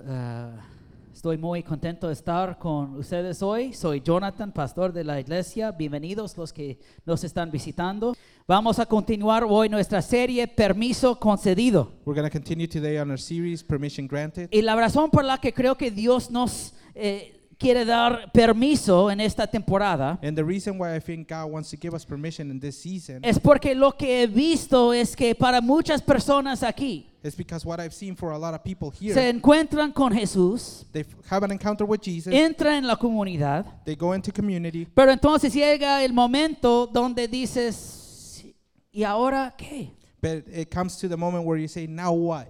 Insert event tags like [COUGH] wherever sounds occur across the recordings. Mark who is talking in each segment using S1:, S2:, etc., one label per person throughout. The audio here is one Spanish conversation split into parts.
S1: Eh, Estoy muy contento de estar con ustedes hoy. Soy Jonathan, pastor de la iglesia. Bienvenidos los que nos están visitando. Vamos a continuar hoy nuestra serie Permiso Concedido.
S2: We're going to continue today on our series, Permission Granted.
S1: Y la razón por la que creo que Dios nos eh, quiere dar permiso en esta temporada
S2: And the reason why I think God wants to give us permission in this season
S1: es porque lo que he visto es que para muchas personas aquí
S2: is because what I've seen for a lot of people
S1: se
S2: here,
S1: encuentran con Jesús,
S2: they f- have an encounter with Jesus,
S1: entran en la comunidad,
S2: they go into community,
S1: Pero entonces llega el momento donde dices, ¿y ahora qué?
S2: but it comes to the moment where you say, now what?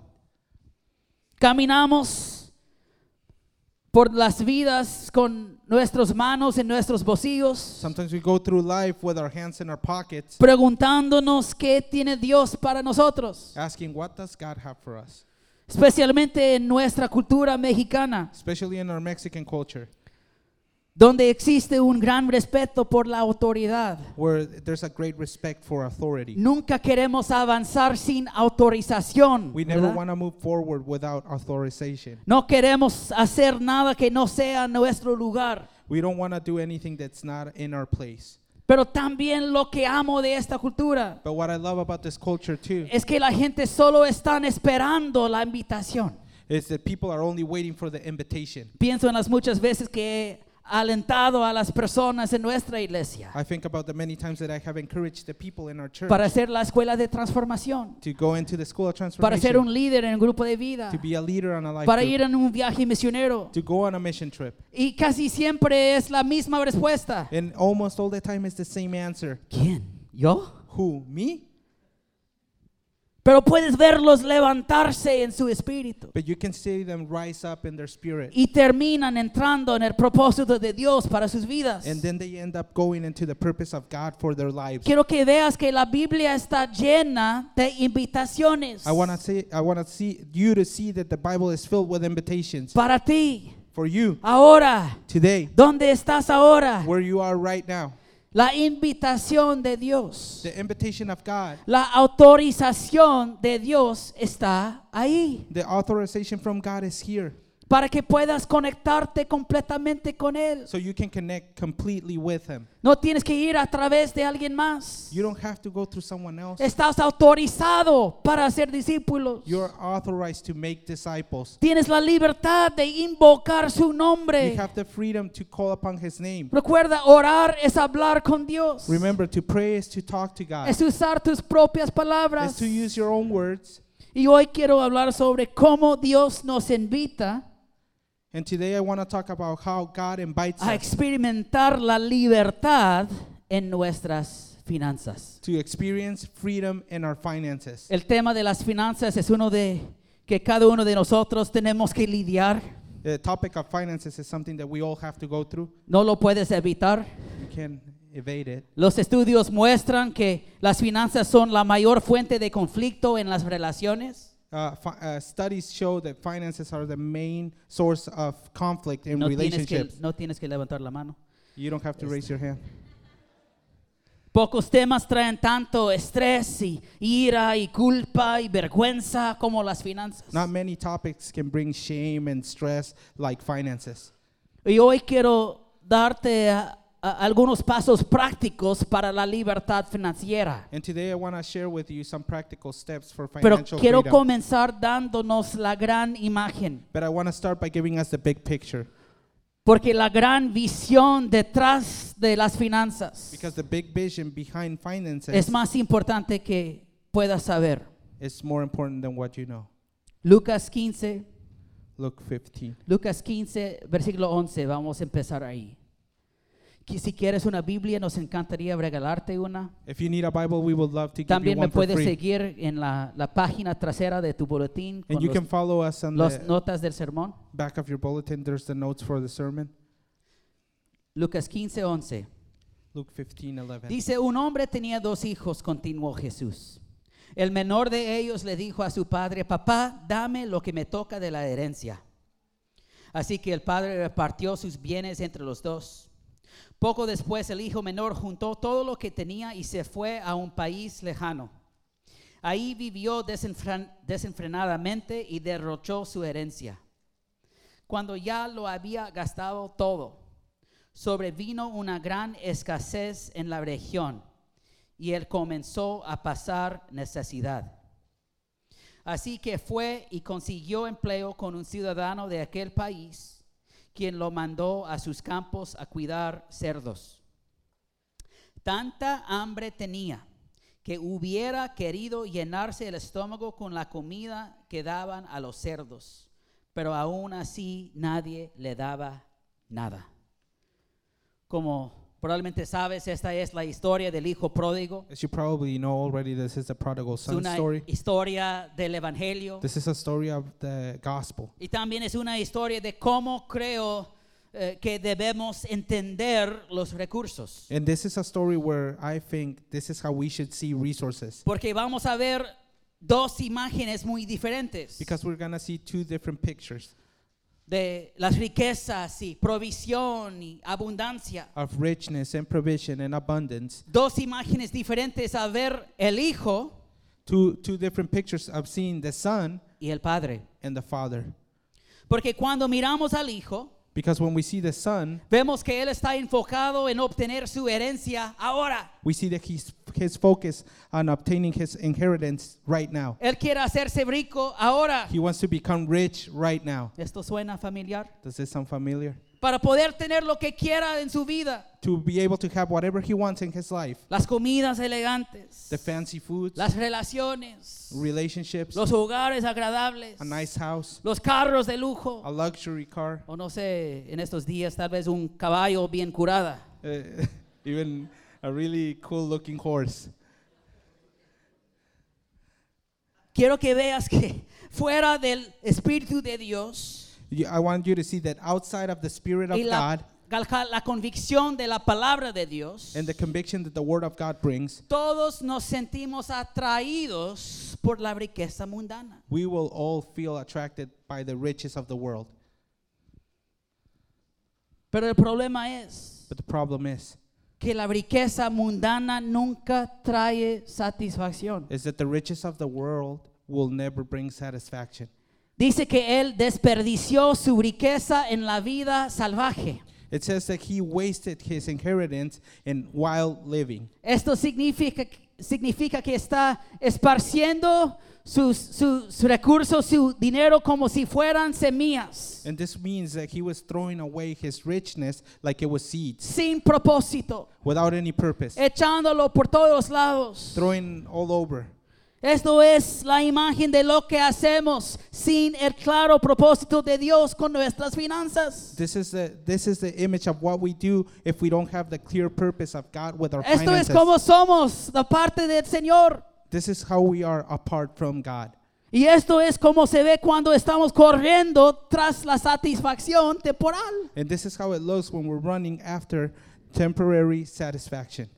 S1: Caminamos por las vidas con nuestras manos en nuestros bolsillos,
S2: Sometimes we go through life with our hands in our pockets,
S1: preguntándonos qué tiene Dios para nosotros,
S2: asking, what does God have for us?
S1: especialmente en nuestra cultura mexicana,
S2: Especially in our Mexican culture,
S1: donde existe un gran respeto por la autoridad.
S2: where there's a great respect for authority.
S1: Nunca queremos avanzar sin autorización.
S2: We never
S1: ¿verdad?
S2: want to move forward without authorization.
S1: No queremos hacer nada que no sea nuestro lugar.
S2: We don't want to do anything that's not in our place.
S1: Pero también lo que amo de esta cultura
S2: But what I love about this culture too
S1: es que la gente solo están esperando la invitación.
S2: is that people are only waiting for the invitation.
S1: Pienso en las muchas veces que he alentado a las personas en nuestra iglesia
S2: I think about the many times that I have encouraged the people in our church
S1: para ser la escuela de transformación,
S2: to go into the school of
S1: para
S2: transformation,
S1: ser un líder en un grupo de vida,
S2: to be a leader on a life
S1: para
S2: group,
S1: ir en un viaje misionero.
S2: to go on a mission trip.
S1: Y casi siempre es la misma respuesta.
S2: And almost all the time it's the same answer.
S1: ¿Quién? ¿Yo?
S2: Who? Me?
S1: Pero puedes verlos levantarse en su espíritu
S2: But you can see them rise up in their spirit.
S1: y terminan entrando en el propósito de Dios para sus vidas.
S2: And then they end up going into the purpose of God for their lives.
S1: Quiero que veas que la Biblia está llena de invitaciones
S2: I want to say I want to see you to see that the Bible is filled with invitations
S1: para ti.
S2: for you
S1: Ahora,
S2: today
S1: ¿dónde estás ahora?
S2: where you are right now.
S1: La invitación de Dios,
S2: The invitation of God
S1: la autorización de Dios está ahí
S2: The authorization from God is here
S1: para que puedas conectarte completamente con Él.
S2: so you can connect completely with Him.
S1: No tienes que ir a través de alguien más.
S2: You don't have to go through someone else.
S1: Estás autorizado para ser discípulos.
S2: You're authorized to make disciples.
S1: Tienes la libertad de invocar su
S2: You
S1: nombre.
S2: have the freedom to call upon His name.
S1: Recuerda, orar es hablar con Dios.
S2: Remember, to pray is to talk to God,
S1: es usar tus propias palabras.
S2: is Ah. to use your own words.
S1: Y hoy quiero hablar sobre cómo Dios nos invita
S2: And today I want to talk about how God invites
S1: a
S2: us
S1: experimentar la libertad en nuestras finanzas.
S2: to experience freedom in our finances.
S1: El tema de las finanzas es uno de que cada uno de nosotros tenemos que lidiar.
S2: The topic of finances is something that we all have to go through.
S1: No lo puedes evitar.
S2: You can evade it.
S1: Los estudios muestran que las finanzas son la mayor fuente de conflicto en las relaciones.
S2: Uh, fi- uh, studies show that finances are the main source of conflict in
S1: No tienes, que,
S2: relationships.
S1: no tienes que levantar la mano.
S2: You don't have to raise your hand.
S1: Pocos temas traen tanto estrés y ira y culpa y vergüenza como las finanzas.
S2: Not many topics can bring shame and stress like finances.
S1: Y hoy quiero darte a- a- algunos pasos prácticos para la libertad financiera.
S2: And today I want to share with you some practical steps for
S1: Pero
S2: financial
S1: quiero
S2: freedom.
S1: comenzar dándonos la gran imagen,
S2: But I want to start by giving us the big picture
S1: porque la gran visión detrás de las finanzas
S2: because the big vision behind finances
S1: es más importante que puedas saber.
S2: is more important than what you know.
S1: Lucas 15,
S2: Luke 15.
S1: Lucas 15, versículo 11, vamos a empezar ahí. Que Si quieres una Biblia, nos encantaría regalarte una.
S2: If you need a Bible, we would love to give you
S1: También me
S2: one for
S1: puedes
S2: free.
S1: seguir en la, la página trasera de tu boletín
S2: And
S1: con
S2: you can
S1: los-
S2: follow us on
S1: las
S2: the
S1: notas del sermón.
S2: back of your bulletin. There's the notes for the sermon.
S1: Lucas 15, 11.
S2: Luke 15, 11.
S1: Dice, un hombre tenía dos hijos, continuó Jesús. El menor de ellos le dijo a su padre, papá, dame lo que me toca de la herencia. Así que el padre repartió sus bienes entre los dos. Poco después el hijo menor juntó todo lo que tenía y se fue a un país lejano. Ahí vivió desenfren- desenfrenadamente y derrochó su herencia. Cuando ya lo había gastado todo, sobrevino una gran escasez en la región y él comenzó a pasar necesidad. Así que fue y consiguió empleo con un ciudadano de aquel país, quien lo mandó a sus campos a cuidar cerdos. Tanta hambre tenía que hubiera querido llenarse el estómago con la comida que daban a los cerdos, pero aún así nadie le daba nada. Como probablemente sabes, esta es la historia del hijo pródigo.
S2: As you probably know already, this is the prodigal
S1: Es
S2: son
S1: una
S2: story.
S1: historia del Evangelio.
S2: This is a story of the gospel.
S1: Y también es una historia de cómo creo eh, que debemos entender los recursos.
S2: And this is a story where I think this is how we should see resources.
S1: Porque vamos a ver dos imágenes muy diferentes
S2: Because we're going to see two different pictures
S1: de las riquezas y provisión y abundancia.
S2: of richness and provision and abundance.
S1: Dos imágenes diferentes a ver el hijo
S2: Two, two different pictures of seeing the son
S1: y el padre.
S2: and the father.
S1: Porque cuando miramos al hijo,
S2: Because when we see the son,
S1: vemos que él está enfocado en obtener su herencia ahora.
S2: we see that he's, his focus on obtaining his inheritance right now.
S1: Él quiere hacerse rico ahora.
S2: He wants to become rich right now.
S1: ¿Esto suena familiar?
S2: Does this sound familiar?
S1: para poder tener lo que quiera en su vida.
S2: To be able to have whatever he wants in his life
S1: Las comidas elegantes,
S2: the fancy foods,
S1: las relaciones,
S2: relationships,
S1: los hogares agradables,
S2: a nice house,
S1: los carros de
S2: a
S1: lujo,
S2: luxury car,
S1: o no sé, en estos días tal vez un caballo bien curada.
S2: uh, [LAUGHS] even a really cool looking horse.
S1: Quiero que veas que [LAUGHS] fuera del Espíritu de Dios
S2: You- I want you to see that outside of the Spirit of
S1: y la,
S2: God
S1: la- la convicción de la palabra de Dios,
S2: and the conviction that the Word of God brings,
S1: todos nos sentimos atraídos por la riqueza mundana.
S2: we will all feel attracted by the riches of the world.
S1: Pero el problema es
S2: But the problem is,
S1: que la riqueza mundana nunca trae satisfacción.
S2: is that the riches of the world will never bring satisfaction.
S1: Dice que él desperdició su riqueza en la vida salvaje.
S2: It says that he wasted his inheritance in wild living.
S1: Esto significa, significa que está esparciendo sus, sus recursos, su dinero como si fueran semillas,
S2: And this means that he was throwing away his richness like it was seeds,
S1: sin propósito,
S2: without any purpose,
S1: echándolo por todos los lados.
S2: throwing all over.
S1: Esto es la imagen de lo que hacemos sin el claro propósito de Dios con nuestras finanzas.
S2: This is the this is the image of what we do if we don't have the clear purpose of God with our
S1: Esto es
S2: finances.
S1: como somos, la parte del Señor.
S2: This is how we are apart from God.
S1: Y esto es como se ve cuando estamos corriendo tras la satisfacción temporal.
S2: And this is how it looks when we're running after temporary satisfaction.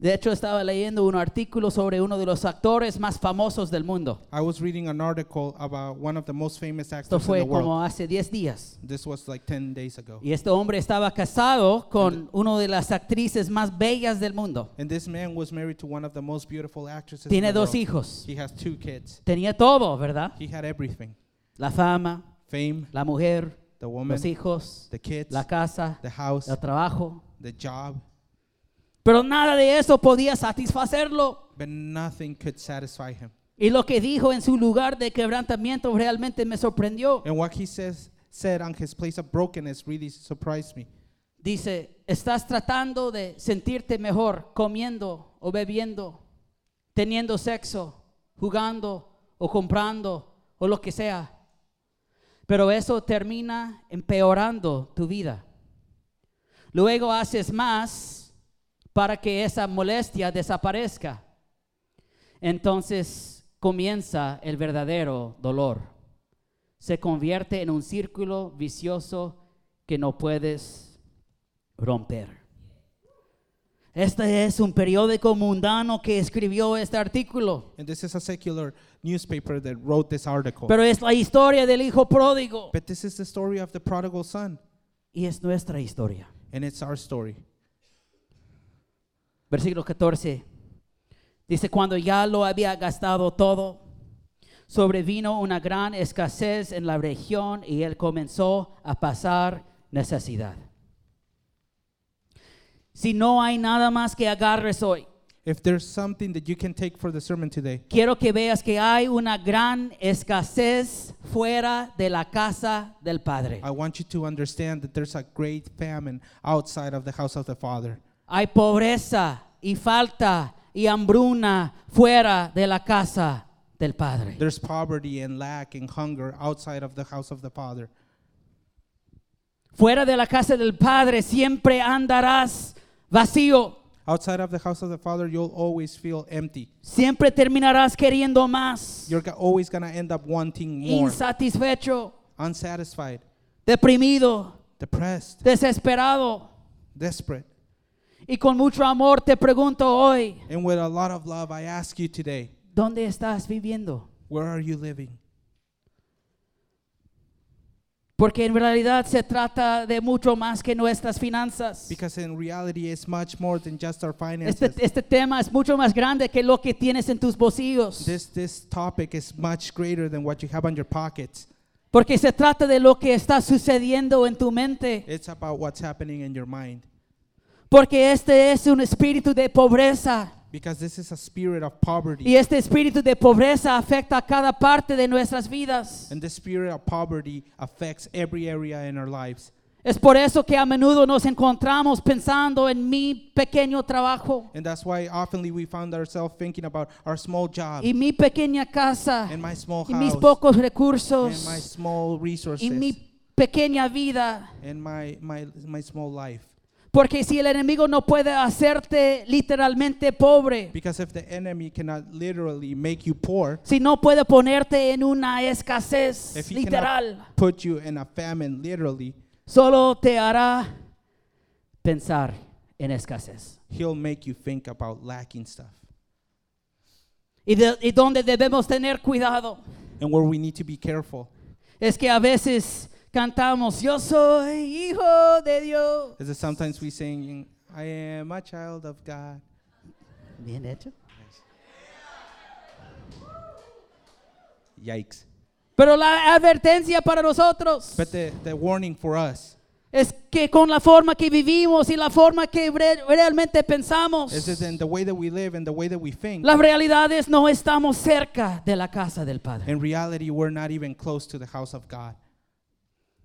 S1: De hecho, estaba leyendo un artículo sobre uno de los actores más famosos del mundo.
S2: I was reading an article about one of the most famous
S1: Esto
S2: actors in the
S1: fue
S2: world.
S1: como hace 10 días.
S2: This was like 10 days ago.
S1: Y este hombre estaba casado con una de las actrices más bellas del mundo.
S2: And this man was married to one of the most beautiful actresses in
S1: Tiene
S2: the
S1: dos
S2: world.
S1: hijos.
S2: He has two kids.
S1: Tenía todo, ¿verdad?
S2: He had everything.
S1: La fama,
S2: Fame,
S1: la mujer,
S2: the woman,
S1: los hijos,
S2: the kids,
S1: la casa,
S2: the house,
S1: el trabajo.
S2: the job,
S1: Pero nada de eso podía satisfacerlo.
S2: but nothing could satisfy him.
S1: Y lo que dijo en su lugar de quebrantamiento realmente me sorprendió.
S2: And what he says said on his place of brokenness really surprised me.
S1: Dice, estás tratando de sentirte mejor comiendo o bebiendo, teniendo sexo, jugando o comprando o lo que sea. Pero eso termina empeorando tu vida. Luego haces más para que esa molestia desaparezca. Entonces comienza el verdadero dolor se convierte en un círculo vicioso que no puedes romper. Este es un periódico mundano que escribió este artículo,
S2: And this is a secular newspaper that wrote this article.
S1: pero es la historia del hijo pródigo
S2: but this is the story of the prodigal son,
S1: y es nuestra historia.
S2: and it's our story.
S1: Versículo 14. Dice, cuando ya lo había gastado todo, sobrevino una gran escasez en la región y él comenzó a pasar necesidad. Si no hay nada más que agarres hoy,
S2: If there's something that you can take for the sermon today,
S1: quiero que veas que hay una gran escasez fuera de la casa del Padre.
S2: I want you to understand that there's a great famine outside of the house of the Father.
S1: Hay pobreza y falta y hambruna fuera de la casa del Padre.
S2: There's poverty and lack and hunger outside of the house of the Father.
S1: Fuera de la casa del Padre siempre andarás vacío.
S2: Outside of the house of the Father, you'll always feel empty.
S1: Siempre terminarás queriendo más.
S2: You're go- always going to end up wanting more,
S1: Insatisfecho,
S2: unsatisfied,
S1: deprimido,
S2: depressed,
S1: desesperado.
S2: desperate.
S1: Y con mucho amor te pregunto hoy,
S2: And with a lot of love, I ask you today,
S1: ¿dónde estás viviendo?
S2: where are you living?
S1: Porque en realidad se trata de mucho más que nuestras finanzas.
S2: Because in reality, it's much more than just our
S1: Este,
S2: finances.
S1: este tema es mucho más grande que lo que tienes en tus bolsillos.
S2: This, this topic is much greater than what you have on your pockets.
S1: Porque se trata de lo que está sucediendo en tu mente.
S2: It's about what's happening in your mind.
S1: Porque este es un espíritu de pobreza.
S2: Because this is a spirit of poverty.
S1: Y este espíritu de pobreza afecta a cada parte de nuestras vidas.
S2: And the spirit of poverty affects every area in our lives.
S1: Es por eso que a menudo nos encontramos pensando en mi pequeño trabajo
S2: And that's why often we found ourselves thinking about our small job
S1: y mi pequeña casa
S2: and my small
S1: y mis
S2: house
S1: pocos
S2: and my
S1: recursos
S2: small
S1: y mi
S2: resources
S1: pequeña vida.
S2: and my, my, my small life.
S1: Porque si el enemigo no puede hacerte literalmente pobre,
S2: Because if the enemy cannot literally make you poor,
S1: si no puede ponerte en una escasez
S2: if he
S1: literal,
S2: cannot put you in a famine literally,
S1: solo te hará pensar en escasez.
S2: he'll make you think about lacking stuff.
S1: Y, de- y donde debemos tener cuidado
S2: And where we need to be careful
S1: es que a veces cantamos, yo soy hijo de Dios.
S2: is that sometimes we sing, I am a child of God.
S1: Bien hecho.
S2: Yikes.
S1: Pero la advertencia para nosotros
S2: But the, the warning for us
S1: es que con la forma que vivimos y la forma que re- realmente pensamos,
S2: is that in the way that we live and the way that we think,
S1: las realidades no estamos cerca de la casa del Padre.
S2: in reality, we're not even close to the house of God.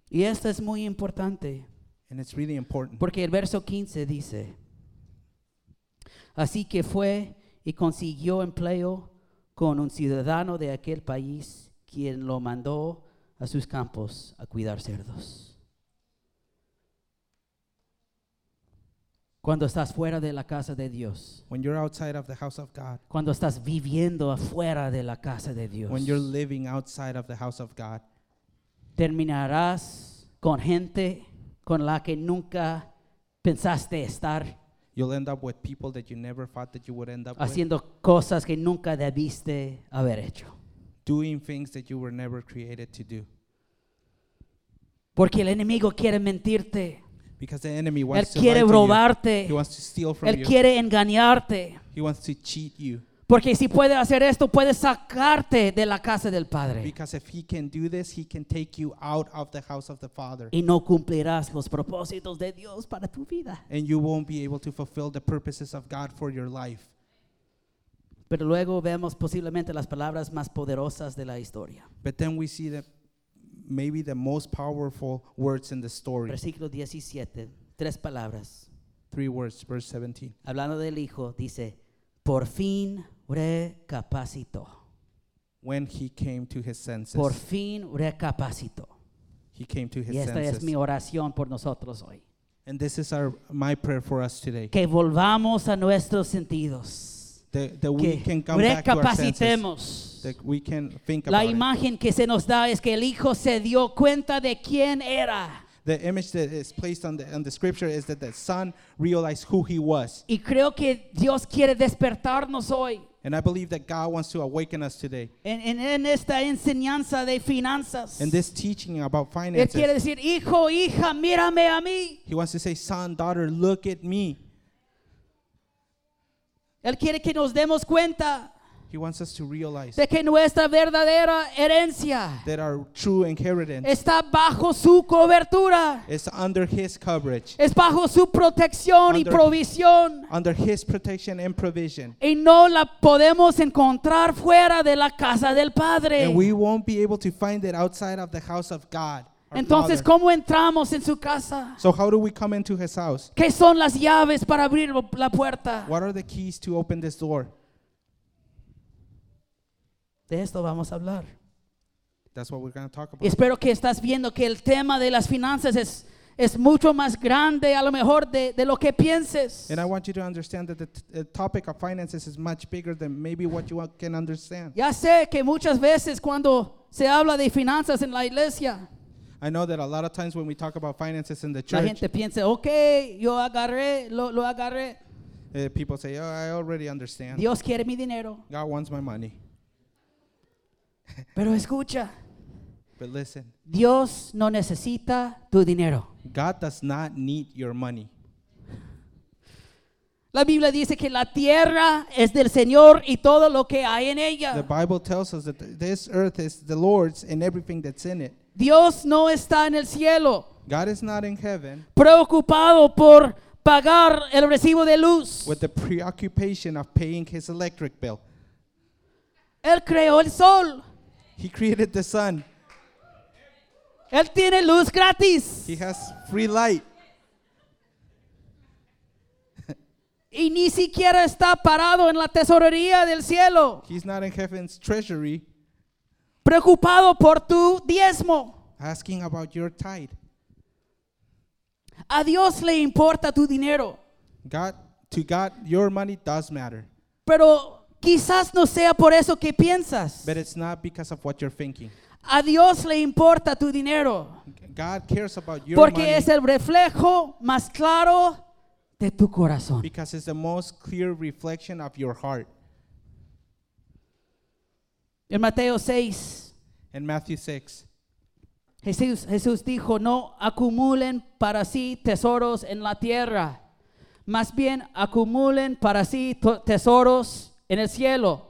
S1: Y esto es muy importante,
S2: And it's really important.
S1: porque el verso 15 dice, así que fue y consiguió empleo con un ciudadano de aquel país, quien lo mandó a sus campos a cuidar cerdos. Cuando estás fuera de la casa de Dios,
S2: When you're outside of the house of God,
S1: cuando estás viviendo afuera de la casa de Dios,
S2: when you're living outside of the house of God,
S1: terminarás con gente con la que nunca pensaste estar,
S2: you'll end up with people that you never thought that you would end up with,
S1: haciendo cosas que nunca debiste haber hecho.
S2: doing things that you were never created to do.
S1: Porque el enemigo quiere mentirte,
S2: Because the enemy
S1: él
S2: wants to lie
S1: quiere
S2: to you.
S1: robarte,
S2: He wants to steal from
S1: él
S2: you.
S1: quiere engañarte.
S2: He wants to cheat you.
S1: Porque si puede hacer esto, puede sacarte de la casa del Padre
S2: Because if he can do this, he can take you out of the house of the Father.
S1: y no cumplirás los propósitos de Dios para tu vida.
S2: And you won't be able to fulfill the purposes of God for your life.
S1: Pero luego vemos posiblemente las palabras más poderosas de la historia.
S2: But then we see that maybe the most powerful words in the story.
S1: Versículo 17, tres palabras.
S2: Three words, verse 17.
S1: hablando del hijo, dice, por fin recapacitó.
S2: When he came to his senses.
S1: Por fin recapacitó.
S2: He came to his
S1: Y esta es
S2: senses.
S1: mi oración por nosotros hoy.
S2: And this is our my prayer for us today.
S1: Que volvamos a nuestros sentidos.
S2: That, that we
S1: Que
S2: can come back to our senses.
S1: recapacitemos.
S2: That we can think
S1: La
S2: about it.
S1: imagen que se nos da es que el hijo se dio cuenta de quién era.
S2: The image that is placed on the, on the scripture is that the son realized who he was.
S1: Y creo que Dios quiere despertarnos hoy
S2: And I believe that God wants to awaken us today.
S1: en, en- en esta enseñanza de finanzas.
S2: And this teaching about
S1: Él quiere
S2: finances,
S1: decir, hijo, hija, mírame a mí.
S2: he wants to say, son, daughter, look at me.
S1: Él quiere que nos demos cuenta
S2: He wants us to realize
S1: de que nuestra verdadera herencia
S2: that our true inheritance
S1: está bajo su cobertura,
S2: is under His coverage,
S1: es bajo su protección y
S2: Under-
S1: provisión.
S2: under His protection and provision.
S1: Y no la podemos encontrar fuera de la casa del Padre.
S2: And we won't be able to find it outside of the house of God. our
S1: Entonces,
S2: Father.
S1: ¿cómo entramos en su casa?
S2: So, how do we come into His house?
S1: ¿Qué son las llaves para abrir la puerta?
S2: What are the keys to open this door?
S1: De esto vamos a hablar.
S2: That's what we're going to talk about.
S1: Espero que estás viendo que el tema de las finanzas es, es mucho más grande a lo mejor de, de lo que pienses.
S2: And I want you to understand that the t- uh, topic of finances is much bigger than maybe what you uh, can understand.
S1: Ya sé que muchas veces cuando se habla de finanzas en la iglesia,
S2: I know that a lot of times when we talk about finances in the
S1: la
S2: church,
S1: gente piensa, ok, yo agarré, lo, lo agarré.
S2: uh, people say, "Oh, I already understand.
S1: Dios quiere mi dinero.
S2: God wants my money."
S1: Pero escucha,
S2: But listen,
S1: Dios no necesita tu dinero.
S2: God does not need your money.
S1: La Biblia dice que la tierra es del Señor y todo lo que hay en
S2: The
S1: ella.
S2: Bible tells us that th- this earth is the Lord's and everything that's in it.
S1: Dios no está en el cielo
S2: God is not in heaven
S1: preocupado por pagar el recibo de luz.
S2: with the preoccupation of paying his electric bill.
S1: Él creó el sol.
S2: He created the sun.
S1: Él tiene luz gratis.
S2: He has free light.
S1: Y ni siquiera está parado en la tesorería del cielo,
S2: He's not in heaven's treasury
S1: preocupado por tu diezmo.
S2: asking about your tithe.
S1: A Dios le importa tu dinero,
S2: God, to God, your money does matter,
S1: pero quizás no sea por eso que piensas.
S2: but it's not because of what you're thinking.
S1: A Dios le importa tu dinero,
S2: God cares about your money
S1: porque es el reflejo más claro de tu corazón.
S2: because it's the most clear reflection of your heart.
S1: En Mateo 6,
S2: In Matthew 6,
S1: Jesús, Jesús dijo, no acumulen para sí tesoros en la tierra, más bien acumulen para sí to- tesoros en el cielo,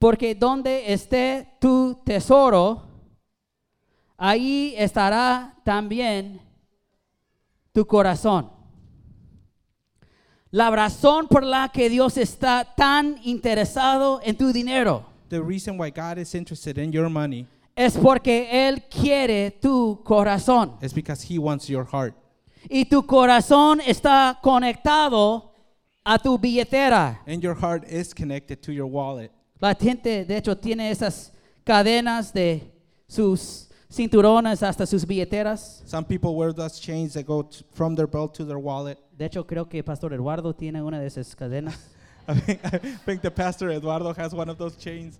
S1: porque donde esté tu tesoro, ahí estará también tu corazón. La razón por la que Dios está tan interesado en tu dinero
S2: the reason why God is interested in your money
S1: es porque Él quiere tu corazón.
S2: is because He wants your heart.
S1: y tu corazón está conectado a tu billetera.
S2: And your heart is connected to your wallet.
S1: La gente, de hecho, tiene esas cadenas de sus cinturones hasta sus billeteras.
S2: Some people wear those chains that go t- from their belt to their wallet. [LAUGHS]
S1: De hecho, creo que Pastor Eduardo tiene una de esas cadenas.
S2: I think, I think the pastor Eduardo has one of those chains.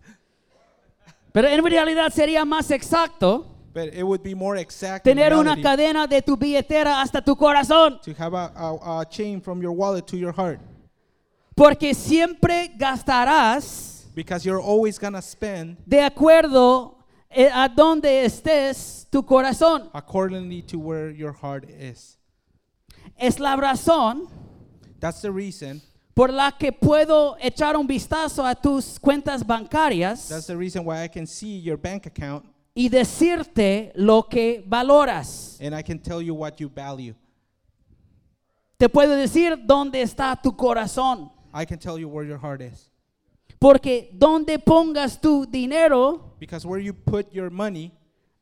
S1: Pero en realidad sería más exacto
S2: But it would be more exact in
S1: tener una
S2: reality
S1: cadena de tu billetera hasta tu corazón,
S2: to have a, a, a chain from your wallet to your heart.
S1: porque siempre gastarás
S2: Because you're always going to spend
S1: de acuerdo eh, a donde estés tu corazón.
S2: accordingly to where your heart is.
S1: Es la razón
S2: That's the reason.
S1: por la que puedo echar un vistazo a tus cuentas
S2: That's
S1: bancarias
S2: the reason why I can see your bank account
S1: y decirte lo que valoras.
S2: and I can tell you what you value.
S1: Te puedo decir dónde está tu corazón,
S2: I can tell you where your heart is.
S1: porque donde pongas tu dinero,
S2: Because where you put your money,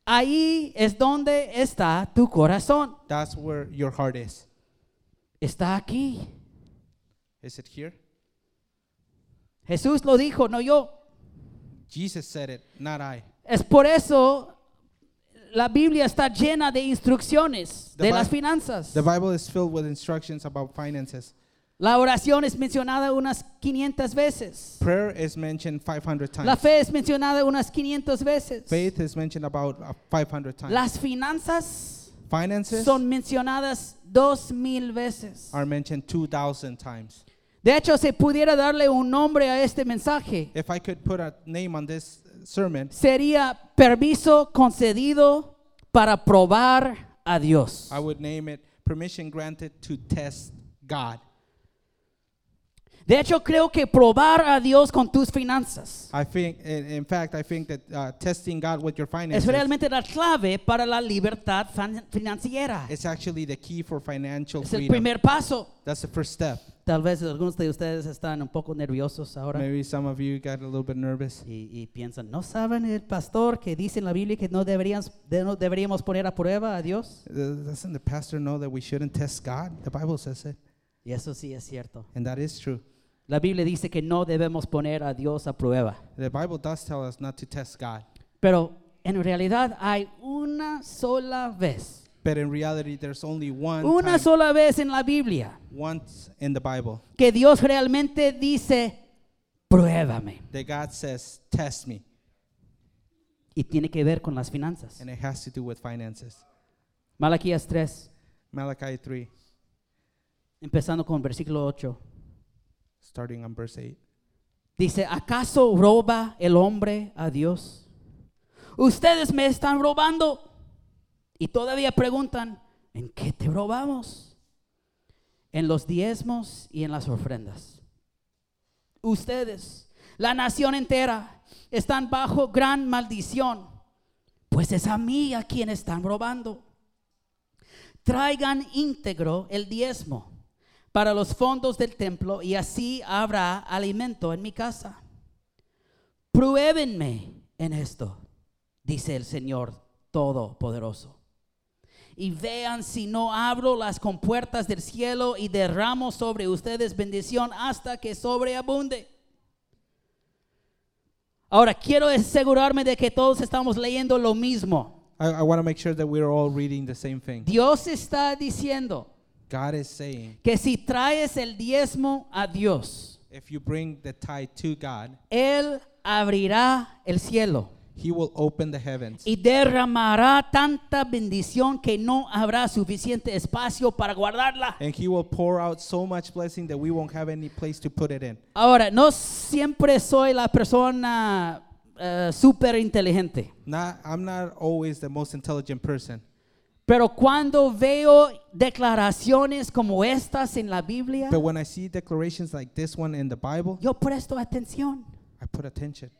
S1: ahí es donde está tu corazón.
S2: that's where your heart is.
S1: Está aquí.
S2: Is it here?
S1: Jesús lo dijo, no yo.
S2: Jesus said it, not I.
S1: Es por eso la Biblia está llena de instrucciones
S2: The
S1: de
S2: Bi-
S1: las finanzas.
S2: The Bible is filled with instructions about finances.
S1: La oración es mencionada unas 500 veces.
S2: Prayer is mentioned 500 times.
S1: La fe es mencionada unas 500 veces.
S2: Faith is mentioned about uh, 500 times.
S1: Las finanzas
S2: Finances
S1: son mencionadas 2000 veces.
S2: are mentioned 2,000 times.
S1: De hecho, se pudiera darle un nombre a este mensaje.
S2: If I could put a name on this uh, sermon,
S1: Sería permiso concedido para probar a Dios.
S2: I would name it Permission Granted to Test God.
S1: De hecho, creo que probar a Dios con tus finanzas
S2: I think, in, in fact, I think that uh, testing God with your
S1: es
S2: finances
S1: realmente la clave para la libertad fan- financiera.
S2: is actually the key for financial
S1: Es el
S2: freedom.
S1: primer paso.
S2: That's the first step.
S1: Tal vez algunos de ustedes están un poco nerviosos ahora
S2: Maybe some of you got a little bit nervous.
S1: y, y piensan, ¿no saben el pastor que dice en la Biblia que no, deberían, de- no deberíamos poner a prueba a Dios?
S2: Uh, Doesn't the pastor know that we shouldn't test God? The Bible says it,
S1: Y eso sí es cierto.
S2: and that is true.
S1: La Biblia dice que no debemos poner a Dios a prueba.
S2: The Bible does tell us not to test God.
S1: Pero en realidad hay una sola vez,
S2: But in reality, there's only one
S1: una
S2: time,
S1: sola vez en la Biblia
S2: once in the Bible
S1: que Dios realmente dice, pruébame.
S2: that God says, test me.
S1: Y tiene que ver con las finanzas.
S2: And it has to do with finances.
S1: Malaquías 3,
S2: Malachi 3,
S1: empezando con versículo 8.
S2: starting on verse 8.
S1: Dice, ¿acaso roba el hombre a Dios? Ustedes me están robando y todavía preguntan, ¿en qué te robamos? En los diezmos y en las ofrendas. Ustedes, la nación entera, están bajo gran maldición, pues es a mí a quien están robando. Traigan íntegro el diezmo para los fondos del templo y así habrá alimento en mi casa. Pruébenme en esto, dice el Señor Todopoderoso. Y vean si no abro las compuertas del cielo y derramo sobre ustedes bendición hasta que sobreabunde. Ahora, quiero asegurarme de que todos estamos leyendo lo mismo.
S2: I, I want to make sure that we're all reading the same thing.
S1: Dios está diciendo
S2: God is saying,
S1: que si traes el diezmo a Dios,
S2: if you bring the tithe to God,
S1: Él abrirá el cielo
S2: He will open the heavens
S1: y derramará tanta bendición que no habrá suficiente espacio para guardarla.
S2: and He will pour out so much blessing that we won't have any place to put it in.
S1: Ahora, no siempre soy la persona eh, súper inteligente,
S2: Not, I'm not always the most intelligent person,
S1: pero cuando veo declaraciones como estas en la Biblia,
S2: but when I see declarations like this one in the Bible,
S1: yo presto atención.
S2: I put attention.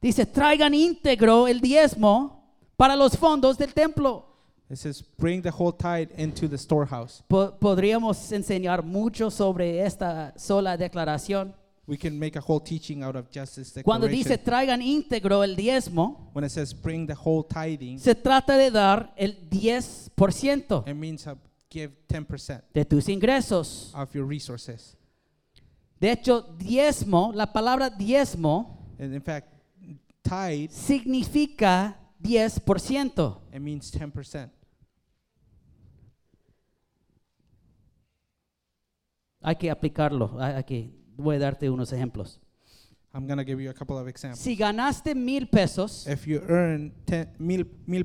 S1: Dice, traigan íntegro el diezmo para los fondos del templo.
S2: It says, bring the whole tithe into the storehouse.
S1: Po- podríamos enseñar mucho sobre esta sola declaración.
S2: We can make a whole teaching out of just this
S1: Cuando
S2: declaration.
S1: dice traigan íntegro el diezmo,
S2: when it says bring the whole tithing,
S1: se trata de dar el 10%
S2: it means uh, give 10%
S1: de tus ingresos.
S2: of your resources.
S1: De hecho, diezmo, la palabra diezmo
S2: And in fact, tithe,
S1: significa 10%.
S2: it means 10%.
S1: Hay que aplicarlo. hay- hay que- voy a darte unos ejemplos.
S2: I'm going to give you a couple of examples.
S1: Si ganaste mil pesos,
S2: If you earn ten, mil, mil,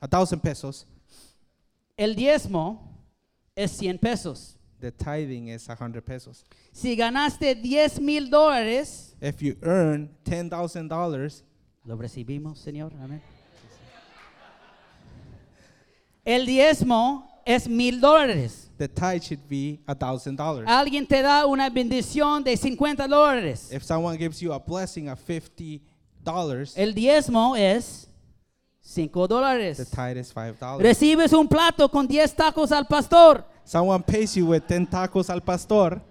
S2: a thousand pesos,
S1: el diezmo es 100 pesos.
S2: the tithing is a 100 pesos.
S1: Si ganaste 10 mil dólares,
S2: If you earn $10,000,
S1: Lo recibimos, Señor. Amén. El diezmo es mil dólares.
S2: the tithe should be a $1,000.
S1: Alguien te da una bendición de 50 dólares.
S2: If someone gives you a blessing of $50,
S1: El diezmo es 5
S2: the
S1: dólares.
S2: tithe is $5.
S1: Recibes un plato con 10 tacos al pastor.
S2: Someone pays you with 10 tacos al pastor,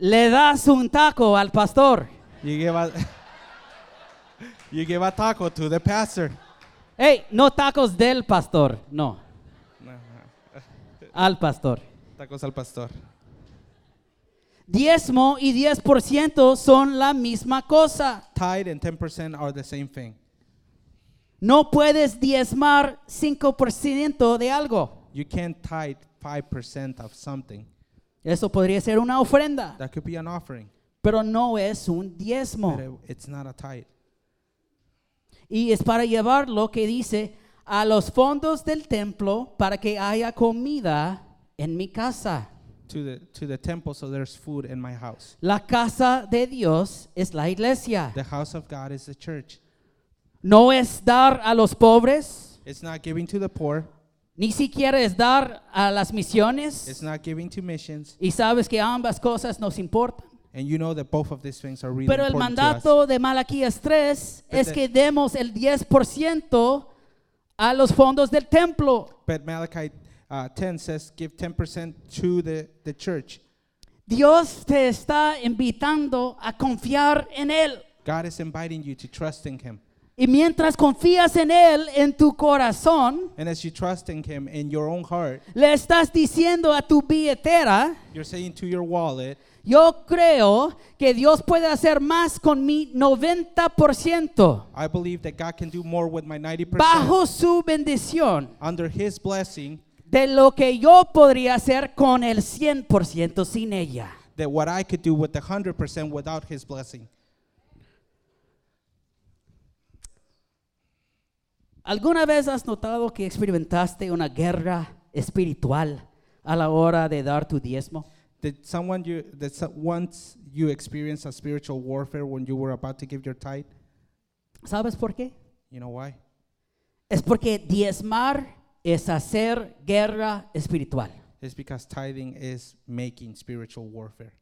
S1: Le das un taco al pastor.
S2: you give a [LAUGHS] you give a taco to the pastor.
S1: Hey, no tacos del pastor, no, al pastor.
S2: Tacos al pastor.
S1: Diezmo y 10% son la misma cosa.
S2: Tithe and 10% are the same thing.
S1: No puedes diezmar 5% de algo.
S2: You can't tithe 5% of something.
S1: Eso podría ser una ofrenda,
S2: That could be an offering,
S1: pero no es un
S2: but
S1: diezmo.
S2: it- it's not a tithe.
S1: Y es para llevar lo que dice a los fondos del templo para que haya comida en mi casa.
S2: To the to the temple so there's food in my house.
S1: La casa de Dios es la iglesia.
S2: The house of God is the church.
S1: No es dar a los pobres,
S2: It's not giving to the poor,
S1: Ni siquiera es dar a las
S2: It's
S1: misiones.
S2: not giving to missions.
S1: Y sabes que ambas cosas nos importan.
S2: And you know that both of these things are really
S1: Pero el
S2: important to us.
S1: mandato de Malaquías 3
S2: But
S1: es
S2: the-
S1: que demos el 10% a los fondos del templo.
S2: But Malachi uh, 10 says, give 10% to the, the church.
S1: Dios te está invitando a confiar en Él.
S2: God is inviting you to trust in Him.
S1: Y mientras confías en Él, en tu corazón,
S2: And as you trust in Him in your own heart,
S1: le estás diciendo a tu billetera,
S2: you're saying to your wallet,
S1: yo creo que Dios puede hacer más con mi 90%
S2: I believe that God can do more with my 90%
S1: bajo su bendición
S2: under His blessing
S1: de lo que yo podría hacer con el 100% sin ella.
S2: than what I could do with the 100% without His blessing.
S1: ¿Alguna vez has notado que experimentaste una guerra espiritual a la hora de dar tu diezmo?
S2: Did someone you that so- once you experienced a spiritual warfare when you were about to give your tithe?
S1: ¿Sabes por qué?
S2: You know why?
S1: Es porque diezmar es hacer guerra espiritual.
S2: It's because tithing is making spiritual warfare.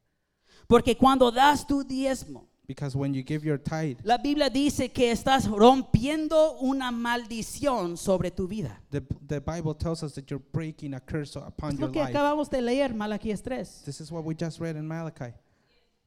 S1: Porque cuando das tu diezmo,
S2: Because when you give your tithe,
S1: la Biblia dice que estás rompiendo una maldición sobre tu vida.
S2: the, the Bible tells us that you're breaking a curse upon
S1: Es
S2: your
S1: lo que
S2: life.
S1: acabamos de leer, Malaquías 3.
S2: This is what we just read in Malachi.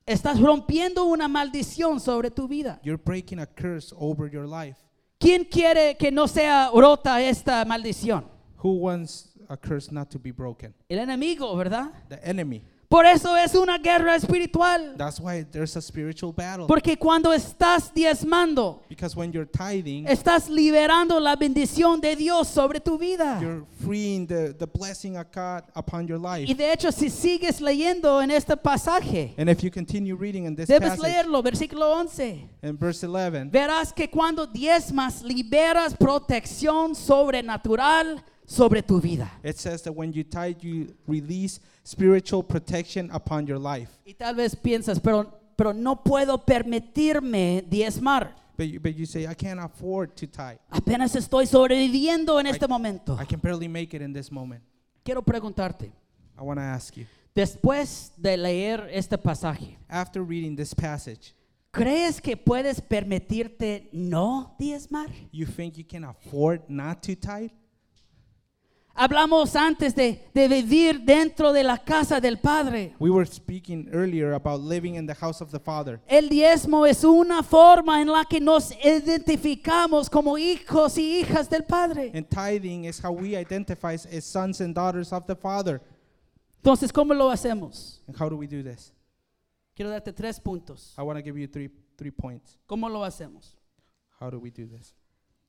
S1: Estás rompiendo una maldición sobre tu vida.
S2: You're breaking a curse over your life.
S1: ¿Quién quiere que no sea rota esta maldición?
S2: Who wants a curse not to be broken?
S1: El enemigo, ¿verdad?
S2: The enemy.
S1: Por eso es una guerra espiritual.
S2: That's why there's a spiritual battle.
S1: Porque cuando estás diezmando,
S2: Because when you're tithing,
S1: estás liberando la bendición de Dios sobre tu vida.
S2: you're freeing the, the blessing of God upon your life.
S1: Y de hecho, si sigues leyendo en este pasaje,
S2: And if you continue reading in this
S1: debes
S2: passage,
S1: leerlo, versículo 11.
S2: in verse 11,
S1: Verás que cuando diezmas, liberas protección sobrenatural sobre tu vida.
S2: it says that when you tithe, you release spiritual protection upon your life.
S1: Y tal vez piensas, pero, pero no puedo permitirme diezmar.
S2: But you, but you say, I can't afford to tithe.
S1: Apenas estoy sobreviviendo en este momento.
S2: I can barely make it in this moment.
S1: Quiero preguntarte.
S2: I want to ask you.
S1: Después de leer este pasaje,
S2: After reading this passage,
S1: ¿crees que puedes permitirte no diezmar?
S2: you think you can afford not to tithe?
S1: Hablamos antes de, de vivir dentro de la casa del Padre.
S2: We were speaking earlier about living in the house of the Father.
S1: El diezmo es una forma en la que nos identificamos como hijos y hijas del Padre.
S2: And tithing is how we identify as sons and daughters of the Father.
S1: Entonces, ¿cómo lo hacemos?
S2: And how do we do this?
S1: Quiero darte tres puntos.
S2: I want to give you three three points.
S1: ¿Cómo lo hacemos?
S2: How do we do this?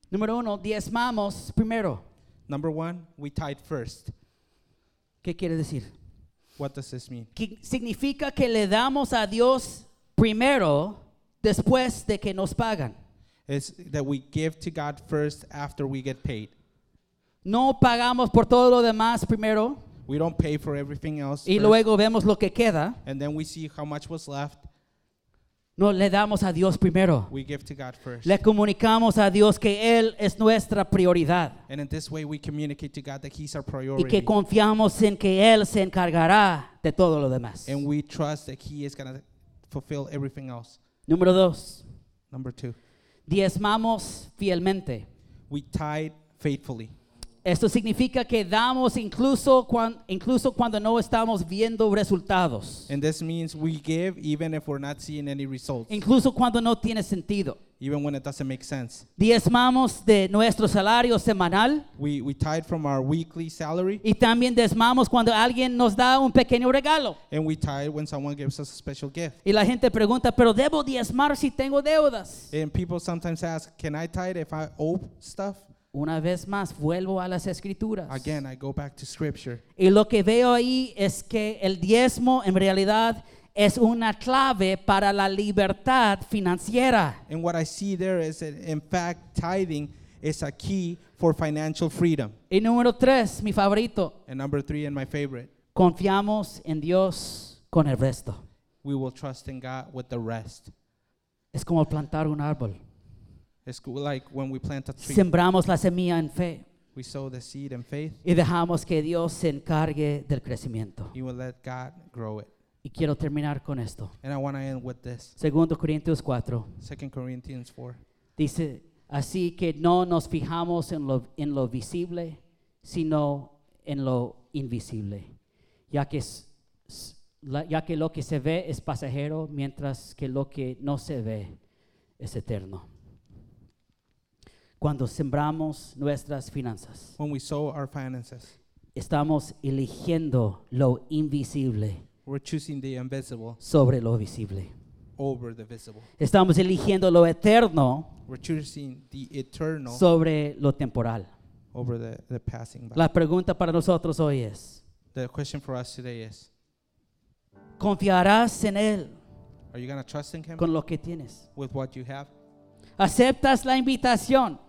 S1: Número uno, diezmamos primero.
S2: Number one, we tithe first.
S1: ¿Qué quiere decir?
S2: What does this mean?
S1: que significa que le damos a Dios primero después de que nos pagan.
S2: It's that we give to God first after we get paid.
S1: No pagamos por todo lo demás primero
S2: We don't pay for everything else.
S1: y
S2: first,
S1: luego vemos lo que queda.
S2: and then we see how much was left.
S1: No le damos a Dios primero.
S2: We give to God first.
S1: Le comunicamos a Dios que Él es nuestra prioridad
S2: and in this way, we communicate to God that He's
S1: y
S2: our
S1: que
S2: priority.
S1: confiamos en que Él se encargará de todo lo demás.
S2: And we trust that He is going to fulfill everything else.
S1: Número dos,
S2: Number two,
S1: diezmamos fielmente.
S2: we tithe faithfully.
S1: Esto significa que damos incluso, cuan- incluso cuando no estamos viendo resultados.
S2: And this means we give even if we're not seeing any results,
S1: incluso cuando no tiene sentido.
S2: even when it doesn't make sense.
S1: Diezmamos de nuestro salario semanal
S2: We, we tithe from our weekly salary,
S1: y también diezmamos cuando alguien nos da un pequeño regalo.
S2: and we tithe when someone gives us a special gift.
S1: Y la gente pregunta, pero debo diezmar si tengo deudas.
S2: And people sometimes ask, Can I tithe if I owe stuff?
S1: Una vez más, vuelvo a las escrituras.
S2: Again, I go back to scripture.
S1: Y lo que veo ahí es que el diezmo en realidad es una clave para la libertad financiera.
S2: And what I see there is that, in fact, tithing is a key for financial freedom.
S1: Y número tres, mi favorito,
S2: And number three, and my favorite,
S1: confiamos en Dios con el resto.
S2: we will trust in God with the rest.
S1: Es como plantar un árbol.
S2: It's cool, like when we plant a tree,
S1: Sembramos la semilla en fe.
S2: We sow the seed in faith.
S1: y dejamos que Dios se encargue del crecimiento.
S2: You will let God grow it.
S1: Y quiero terminar con esto.
S2: And I want to end with this.
S1: Segundo Corintios 4
S2: Second Corinthians 4.
S1: dice, así que no nos fijamos en lo, en lo visible, sino en lo invisible, ya que, s- s- la- ya que lo que se ve es pasajero, mientras que lo que no se ve es eterno. Cuando sembramos nuestras finanzas,
S2: When we sow our finances,
S1: estamos eligiendo lo invisible
S2: we're choosing the invisible
S1: sobre lo visible.
S2: over the visible.
S1: Estamos eligiendo lo eterno
S2: We're choosing the eternal
S1: sobre lo temporal.
S2: over the, the passing by.
S1: La pregunta para nosotros hoy es,
S2: The question for us today is
S1: ¿confiarás en Él
S2: Are you going to trust in Him
S1: con lo que tienes?
S2: with what you have?
S1: ¿Aceptas la invitación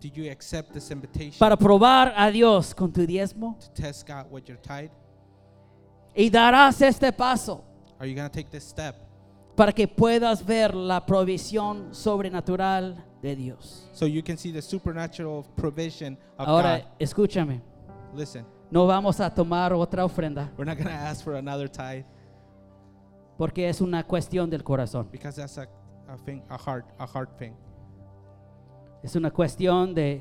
S2: Do you accept this invitation
S1: para probar a Dios con tu diezmo?
S2: to test God with your tithe?
S1: ¿Y darás este paso
S2: Are you going to take this step
S1: para que puedas ver la provisión sobrenatural de Dios?
S2: so you can see the supernatural provision of God?
S1: Ahora, escúchame,
S2: Listen,
S1: no vamos a tomar otra ofrenda
S2: we're not going to ask for another tithe
S1: porque es una cuestión del corazón.
S2: because that's a, a thing, a heart, a heart thing.
S1: Es una cuestión de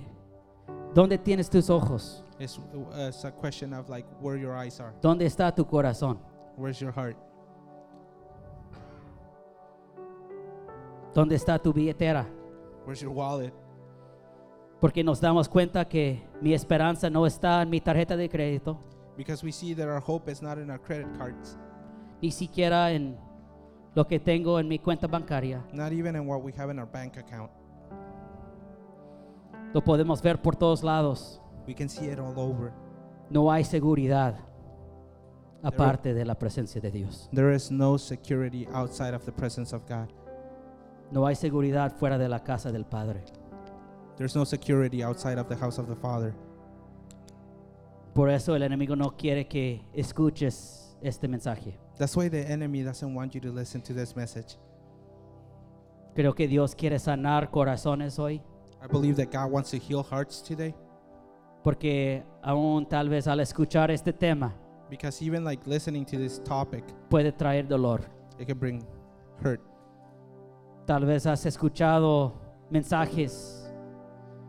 S1: dónde tienes tus ojos,
S2: It's, it's a question of like where your eyes are,
S1: dónde está tu corazón,
S2: where's your heart,
S1: dónde está tu billetera.
S2: where's your wallet.
S1: Porque nos damos cuenta que mi esperanza no está en mi tarjeta de crédito,
S2: Because we see that our hope is not in our credit cards,
S1: ni siquiera en lo que tengo en mi cuenta bancaria.
S2: not even in what we have in our bank account.
S1: Lo podemos ver por todos lados.
S2: We can see it all over.
S1: No hay seguridad aparte de la presencia de Dios.
S2: There is no security outside of the presence of God.
S1: No hay seguridad fuera de la casa del Padre.
S2: There's no security outside of the house of the Father.
S1: Por eso el enemigo no quiere que escuches este mensaje.
S2: That's why the enemy doesn't want you to listen to this message.
S1: Creo que Dios quiere sanar corazones hoy,
S2: I believe that God wants to heal hearts today
S1: porque aún tal vez al escuchar este tema
S2: because even like listening to this topic,
S1: puede traer dolor.
S2: it can bring hurt.
S1: Tal vez has escuchado mensajes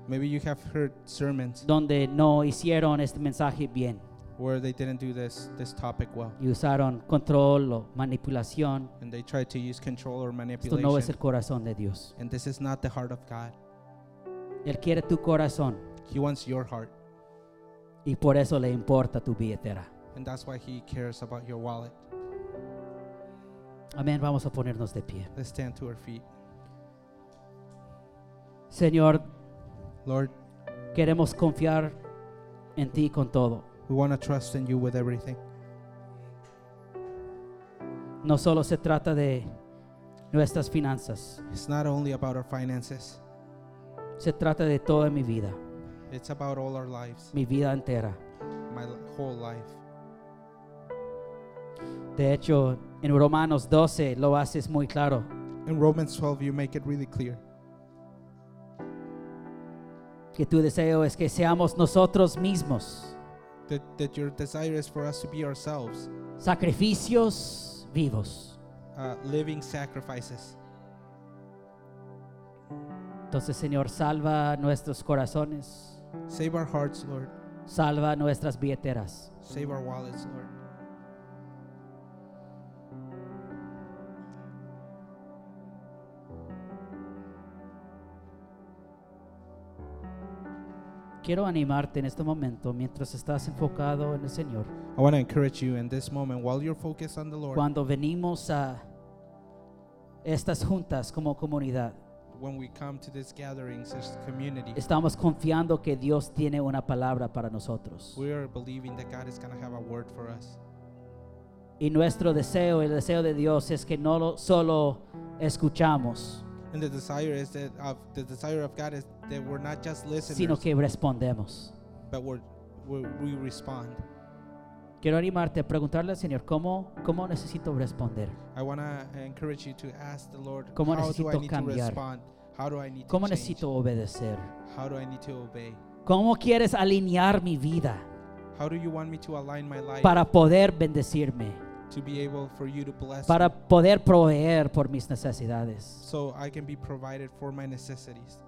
S2: Maybe you have heard sermons
S1: donde no hicieron este mensaje bien
S2: where they didn't do this this topic well
S1: y usaron control o manipulación.
S2: and they tried to use control or
S1: Esto
S2: manipulation.
S1: no es el corazón de Dios.
S2: and this is not the heart of God.
S1: Él quiere tu corazón
S2: He wants your heart,
S1: y por eso le importa tu billetera.
S2: and that's why he cares about your wallet.
S1: Amén, vamos a ponernos de pie.
S2: Let's stand to our feet.
S1: Señor,
S2: Lord,
S1: queremos confiar en ti con todo.
S2: we want to trust in you with everything.
S1: No solo se trata de nuestras finanzas,
S2: It's not only about our finances,
S1: se trata de toda mi vida,
S2: it's about all our lives,
S1: mi vida entera.
S2: my li- whole life.
S1: De hecho, en Romanos 12 lo haces muy claro.
S2: In Romans 12, you make it really clear
S1: que tu deseo es que seamos nosotros mismos
S2: that, that your desire is for us to be ourselves,
S1: sacrificios vivos.
S2: uh, living sacrifices.
S1: Entonces, Señor, salva nuestros corazones,
S2: Save our hearts, Lord.
S1: salva nuestras billeteras,
S2: Save our wallets, Lord.
S1: Quiero animarte en este momento mientras estás enfocado en el Señor.
S2: I want to encourage you in this moment while you're focused on the Lord,
S1: Cuando venimos a estas juntas como comunidad,
S2: when we come to these gatherings as community,
S1: estamos confiando que Dios tiene una palabra para nosotros.
S2: we are believing that God is going to have a word for us.
S1: Y nuestro deseo, el deseo de Dios es que no lo- solo escuchamos,
S2: And the desire is that of the desire of God is that we're not just listeners,
S1: sino que respondemos.
S2: but we're, we we respond.
S1: Quiero animarte a preguntarle al Señor, ¿cómo, cómo necesito responder?
S2: I want to encourage you to ask the Lord,
S1: ¿Cómo
S2: how do I
S1: necesito
S2: need
S1: cambiar?
S2: to respond? How do I need to
S1: ¿Cómo
S2: change?
S1: necesito obedecer?
S2: How do I need to obey?
S1: ¿Cómo quieres alinear mi vida
S2: How do you want me to align my life
S1: para poder bendecirme?
S2: to be able for you to bless me
S1: Para poder proveer por mis necesidades.
S2: so I can be provided for my necessities?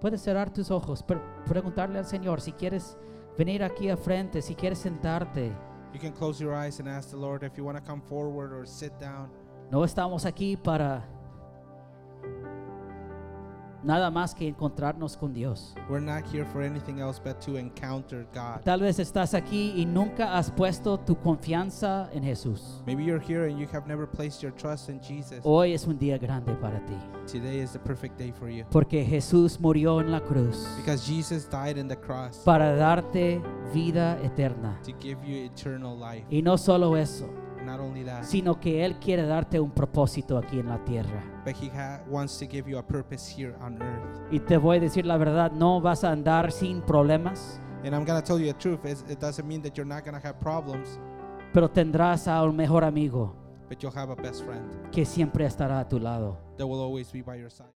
S1: Puedes cerrar tus ojos, pre- preguntarle al Señor si quieres venir aquí al frente, si quieres sentarte.
S2: You can close your eyes and ask the Lord if you want to come forward or sit down.
S1: No estamos aquí para nada más que encontrarnos con Dios.
S2: We're not here for anything else but to encounter God.
S1: Tal vez estás aquí y nunca has puesto tu confianza en Jesús.
S2: Maybe you're here and you have never placed your trust in Jesus.
S1: Hoy es un día grande para ti,
S2: Today is the perfect day for you
S1: porque Jesús murió en la cruz
S2: because Jesus died on the cross
S1: para darte vida eterna.
S2: to give you eternal life.
S1: Y no solo eso,
S2: Not only that,
S1: sino que Él quiere darte un propósito aquí en la tierra.
S2: but He ha- wants to give you a purpose here on earth.
S1: Y te voy a decir la verdad, no vas a andar sin problemas,
S2: And I'm going to tell you the truth. It's, it doesn't mean that you're not going to have problems,
S1: pero tendrás a un mejor amigo
S2: but you'll have a best friend
S1: que siempre estará a tu lado.
S2: that will always be by your side.